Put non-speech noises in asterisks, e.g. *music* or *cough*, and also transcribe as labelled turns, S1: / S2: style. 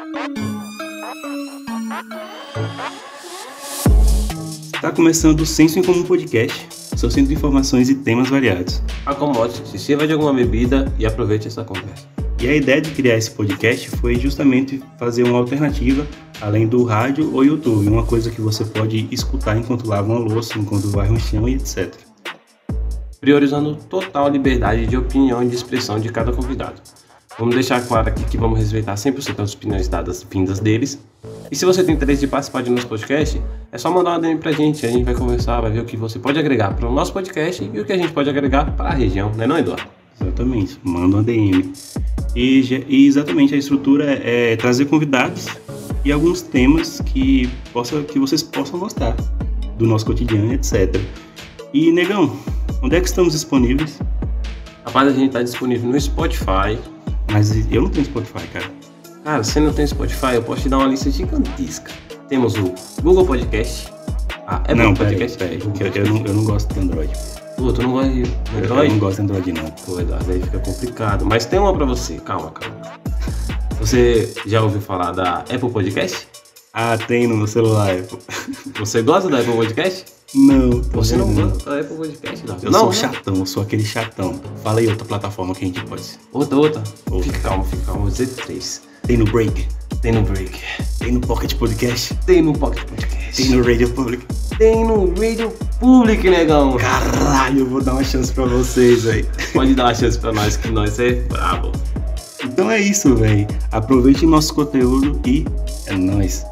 S1: Está Tá começando o Senso em Comum Podcast, seu centro de informações e temas variados.
S2: Acomode-se, se sirva de alguma bebida e aproveite essa conversa.
S1: E a ideia de criar esse podcast foi justamente fazer uma alternativa além do rádio ou YouTube, uma coisa que você pode escutar enquanto lava uma louça, enquanto varre um chão e etc.
S2: Priorizando total liberdade de opinião e de expressão de cada convidado. Vamos deixar claro aqui que vamos respeitar 100% as opiniões dadas vindas deles. E se você tem interesse de participar de nosso podcast, é só mandar uma DM pra gente, a gente vai conversar, vai ver o que você pode agregar para o nosso podcast e o que a gente pode agregar para a região, né não, Eduardo?
S1: Exatamente, manda uma DM. E, ge- e exatamente a estrutura é trazer convidados e alguns temas que, possa, que vocês possam gostar do nosso cotidiano, etc. E negão, onde é que estamos disponíveis?
S2: Rapaz, a gente tá disponível no Spotify.
S1: Mas eu não tenho Spotify, cara.
S2: Cara, se não tem Spotify, eu posso te dar uma lista gigantesca. Temos o Google Podcast. Ah, Apple
S1: não, peraí,
S2: Podcast.
S1: peraí, porque eu, eu não, eu não gosto de Android.
S2: Pô, tu É, não gosta de
S1: Eu- Eu
S2: Android?
S1: não gosto de Android, não.
S2: Pô, Eduardo, aí fica complicado. Mas tem uma pra você, calma, calma. Você já ouviu falar da Apple Podcast?
S1: Ah, tem no meu celular. *laughs* eu-
S2: Você gosta da Apple Podcast?
S1: Não. tô
S2: Você não
S1: vendo.
S2: gosta da Apple Podcast, Eduardo?
S1: Eu
S2: não,
S1: Hum. sou
S2: né?
S1: chatão, eu sou aquele chatão. Fala aí outra plataforma que a gente pode.
S2: Outra, outra.
S1: Outra.
S2: Fica calmo, fica calmo. Z3.
S1: Tem no Break,
S2: Tem no Break.
S1: tem no Pocket Podcast,
S2: Tem no Pocket Podcast.
S1: tem no Radio Public.
S2: Tem no Radio Public, negão.
S1: Caralho, eu vou dar uma chance pra vocês, velho.
S2: Pode dar uma chance pra nós, que nós é brabo.
S1: Então é isso, velho. Aproveite nosso conteúdo e é nóis.